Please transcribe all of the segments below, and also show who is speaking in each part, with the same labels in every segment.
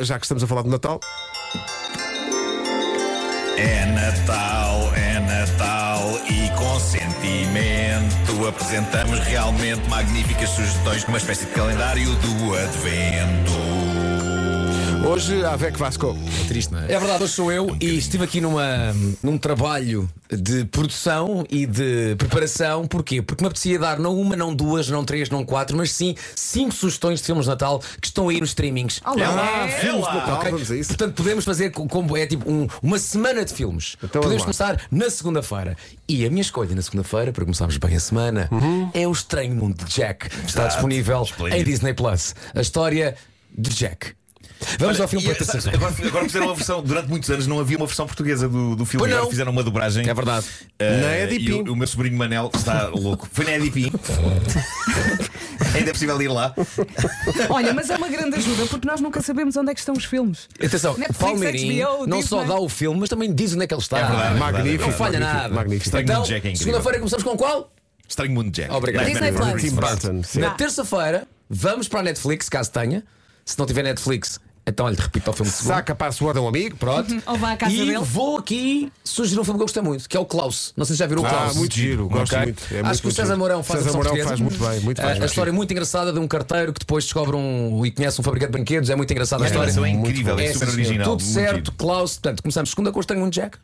Speaker 1: Já que estamos a falar de Natal,
Speaker 2: É Natal, é Natal e com sentimento apresentamos realmente magníficas sugestões numa espécie de calendário do Advento.
Speaker 1: hoje a VEC Vasco.
Speaker 3: Triste, não
Speaker 4: É verdade, hoje sou eu e estive aqui numa, num trabalho de produção e de preparação. Porquê? Porque me apetecia dar não uma, não duas, não três, não quatro, mas sim cinco sugestões de filmes de Natal que estão aí nos streamings. um
Speaker 1: É lá, filmes de Natal,
Speaker 4: Ok?
Speaker 1: vamos a isso.
Speaker 4: Portanto, podemos fazer co- como é tipo um- uma semana de filmes.
Speaker 1: Então, vamos
Speaker 4: podemos
Speaker 1: lá.
Speaker 4: começar na segunda-feira. E a minha escolha na segunda-feira, para começarmos bem a semana,
Speaker 1: Uhum.
Speaker 4: é O Estranho Mundo de Jack. Está disponível
Speaker 2: Explícito.
Speaker 4: em Disney Plus. A história de Jack. Vamos ao filme
Speaker 2: E,
Speaker 4: para terça
Speaker 2: sabes, agora, agora fizeram uma versão, durante muitos anos não havia uma versão portuguesa do, do filme,
Speaker 4: Pois
Speaker 2: agora
Speaker 4: não.
Speaker 2: fizeram uma dobragem.
Speaker 4: É verdade.
Speaker 2: Eh,
Speaker 1: Na Edipim.
Speaker 2: e o, o meu sobrinho Manel está louco. Foi na Edipim. Ainda é possível ir lá.
Speaker 5: Olha, mas é uma grande ajuda porque nós nunca sabemos onde é que estão os filmes.
Speaker 4: Atenção,
Speaker 5: Netflix,
Speaker 4: Palmeirinho
Speaker 5: HBO,
Speaker 4: não só
Speaker 5: Disney.
Speaker 4: dá o filme, mas também diz onde é que ele está.
Speaker 2: É verdade, é verdade.
Speaker 1: Magnífico.
Speaker 4: Não falha
Speaker 1: magnífico,
Speaker 4: nada.
Speaker 1: Magnífico. um
Speaker 2: Estranho
Speaker 4: Então,
Speaker 2: Mundo Jack é incrível.
Speaker 4: segunda-feira começamos com qual?
Speaker 2: Estranho Mundo de Jack.
Speaker 4: Obrigado.
Speaker 2: Nightmare
Speaker 5: Disney
Speaker 2: on Elm
Speaker 5: Plus.
Speaker 1: Tim
Speaker 2: Street.
Speaker 1: Burton, sim.
Speaker 4: Na terça-feira, vamos para a Netflix, caso tenha. Se não tiver Netflix, então olha, repito ao filme de segunda.
Speaker 1: Saca password a um amigo.
Speaker 4: Pronto.
Speaker 5: Ou vá à casa
Speaker 4: e
Speaker 5: dele.
Speaker 4: vou aqui sugerir um filme que eu gostei muito, que é o Klaus. Não sei se já viram o
Speaker 1: Ah,
Speaker 4: Klaus.
Speaker 1: muito giro, gosto
Speaker 4: Ok?
Speaker 1: muito. É muito,
Speaker 4: Acho que o
Speaker 1: muito
Speaker 4: César
Speaker 1: giro.
Speaker 4: Mourão faz a
Speaker 1: César
Speaker 4: versão
Speaker 1: Mourão faz
Speaker 4: portuguesa.
Speaker 1: muito bem, muito
Speaker 4: Ah,
Speaker 1: bem.
Speaker 4: a
Speaker 1: muito
Speaker 4: história muito engraçada de um carteiro que depois descobre um e conhece um fabricante de brinquedos. É muito engraçada a
Speaker 2: A
Speaker 4: história.
Speaker 2: animação é
Speaker 1: Muito
Speaker 2: incrível,
Speaker 1: bom.
Speaker 2: é
Speaker 4: É,
Speaker 2: super
Speaker 4: sim, senhor.
Speaker 2: original.
Speaker 4: Tudo
Speaker 2: muito
Speaker 4: certo,
Speaker 2: giro.
Speaker 4: Klaus. Portanto, começamos segunda com o Estranho Mundo Jack.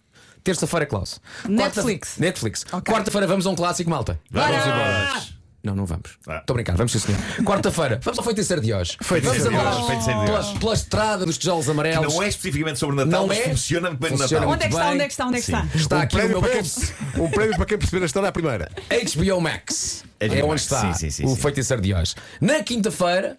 Speaker 4: Terça-feira, Klaus.
Speaker 5: Netflix.
Speaker 4: Quarta- Netflix. Quarta-feira, vamos a um clássico, malta.
Speaker 2: Vamos
Speaker 5: é
Speaker 2: embora.
Speaker 4: Não, não vamos. Estou
Speaker 2: Ah.
Speaker 4: a brincar, vamos sim, senhor. Quarta-feira, vamos ao Feiticeiro de Oz.
Speaker 1: Feiticeiro
Speaker 4: vamos
Speaker 2: de
Speaker 4: andar
Speaker 2: Oz, Feiticeiro de Oz.
Speaker 4: Pela, pela estrada dos tijolos amarelos.
Speaker 2: Não é especificamente sobre Natal,
Speaker 4: Não
Speaker 2: mas
Speaker 4: é.
Speaker 2: funciona muito bem no
Speaker 4: Funciona
Speaker 2: Natal.
Speaker 4: muito
Speaker 5: Onde é que
Speaker 4: bem.
Speaker 5: está? Onde é que está? Onde é que está?
Speaker 4: Está
Speaker 1: Um
Speaker 4: aqui o
Speaker 1: prémio,
Speaker 4: meu
Speaker 1: para quem,
Speaker 4: bolso.
Speaker 1: um prémio para quem perceber a história à primeira.
Speaker 4: HBO Max.
Speaker 2: HBO
Speaker 4: É onde
Speaker 2: Max,
Speaker 4: está
Speaker 2: sim, sim, sim,
Speaker 4: o
Speaker 2: sim.
Speaker 4: Feiticeiro de Oz. Na quinta-feira,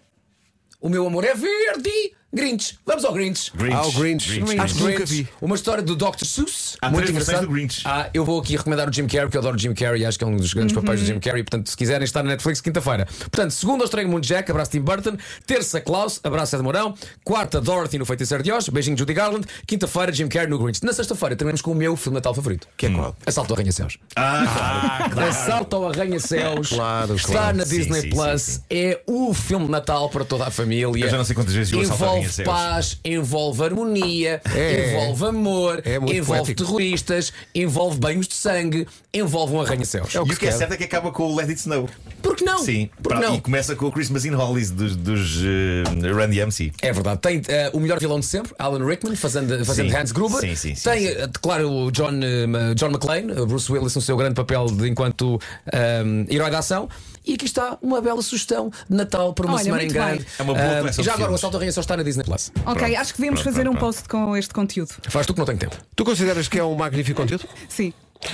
Speaker 4: o meu amor é verde. Grinch. Vamos ao Grinch.
Speaker 2: Grinch.
Speaker 1: Ao Grinch.
Speaker 2: Grinch.
Speaker 1: Acho que nunca
Speaker 4: Grinch,
Speaker 1: vi.
Speaker 4: Uma história do Dr. Seuss.
Speaker 2: Há
Speaker 4: muito
Speaker 2: três versões
Speaker 4: engraçado.
Speaker 2: do Grinch.
Speaker 4: Ah, eu vou aqui recomendar o Jim Carrey, porque eu adoro o Jim Carrey, acho que é um dos grandes papéis do Jim Carrey. Portanto, se quiserem, está na Netflix quinta-feira. Portanto, segunda, Estranho Mundo Jack, abraço Tim Burton. Terça, Klaus, abraço César Mourão. Quarta, Dorothy no Feiticeiro de Oz, beijinho Judy Garland. Quinta-feira, Jim Carrey no Grinch. Na sexta-feira, terminamos com o meu filme de Natal favorito. Que é qual? Assalto ao Arranha-Céus. é?
Speaker 2: Ah, claro.
Speaker 4: Assalto Um ao Arranha-Céus.
Speaker 1: Claro,
Speaker 4: Está
Speaker 1: claro.
Speaker 4: na
Speaker 2: Sim,
Speaker 4: Disney
Speaker 2: sim,
Speaker 4: Plus.
Speaker 2: sim, sim.
Speaker 4: É o filme de Natal para toda a família.
Speaker 2: Eu já não sei quantas vezes vi o Assalto ao
Speaker 4: Envolve
Speaker 2: Arranha-Céus.
Speaker 4: paz, envolve harmonia,
Speaker 1: É.
Speaker 4: envolve amor,
Speaker 1: É muito
Speaker 4: envolve
Speaker 1: poético.
Speaker 4: terroristas, envolve banhos de sangue, envolve um arranha-céus.
Speaker 2: E o que é certo é que acaba com o Let It Snow.
Speaker 4: Por que não?
Speaker 2: Sim,
Speaker 4: Por que
Speaker 2: Pra-
Speaker 4: Oh, não?
Speaker 2: e começa com o Christmas in Hollies dos, dos eh, Run DMC.
Speaker 4: É verdade. Tem eh, o melhor vilão de sempre, Alan Rickman, fazendo, fazendo
Speaker 2: Sim.
Speaker 4: Hans Gruber.
Speaker 2: Sim, sim, sim,
Speaker 4: Tem,
Speaker 2: sim.
Speaker 4: eh, claro, o John, eh, Ma- John McClane, eh, Bruce Willis, no seu grande papel de, enquanto ehm, herói da ação. E aqui está uma bela sugestão de Natal para uma
Speaker 5: Olha,
Speaker 4: semana em
Speaker 5: muito
Speaker 4: grande.
Speaker 5: bem.
Speaker 2: É uma boa
Speaker 4: Ahm,
Speaker 2: coleção de
Speaker 4: já agora o
Speaker 2: filmes.
Speaker 4: Assalto ao Arranha-Céus está na Disney Plus.
Speaker 5: Ok,
Speaker 2: Pronto,
Speaker 5: acho que devíamos
Speaker 2: pronto,
Speaker 5: fazer um
Speaker 2: pronto,
Speaker 5: post com este conteúdo.
Speaker 4: Faz tu que não tenho tempo.
Speaker 1: Tu consideras que é um magnífico conteúdo?
Speaker 5: Sim.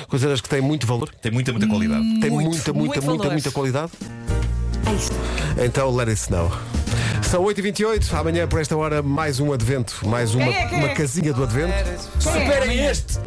Speaker 1: Consideras que tem muito valor?
Speaker 2: Tem muita, muita qualidade.
Speaker 1: Tem
Speaker 5: Muito,
Speaker 1: muita, muita,
Speaker 5: muito
Speaker 1: muita,
Speaker 5: valor. É
Speaker 1: muita qualidade? Então, let it snow. São 8h28, amanhã por esta hora mais um advento, mais uma,
Speaker 5: é? Quem
Speaker 1: uma
Speaker 5: é?
Speaker 1: casinha do advento.
Speaker 4: Supera este!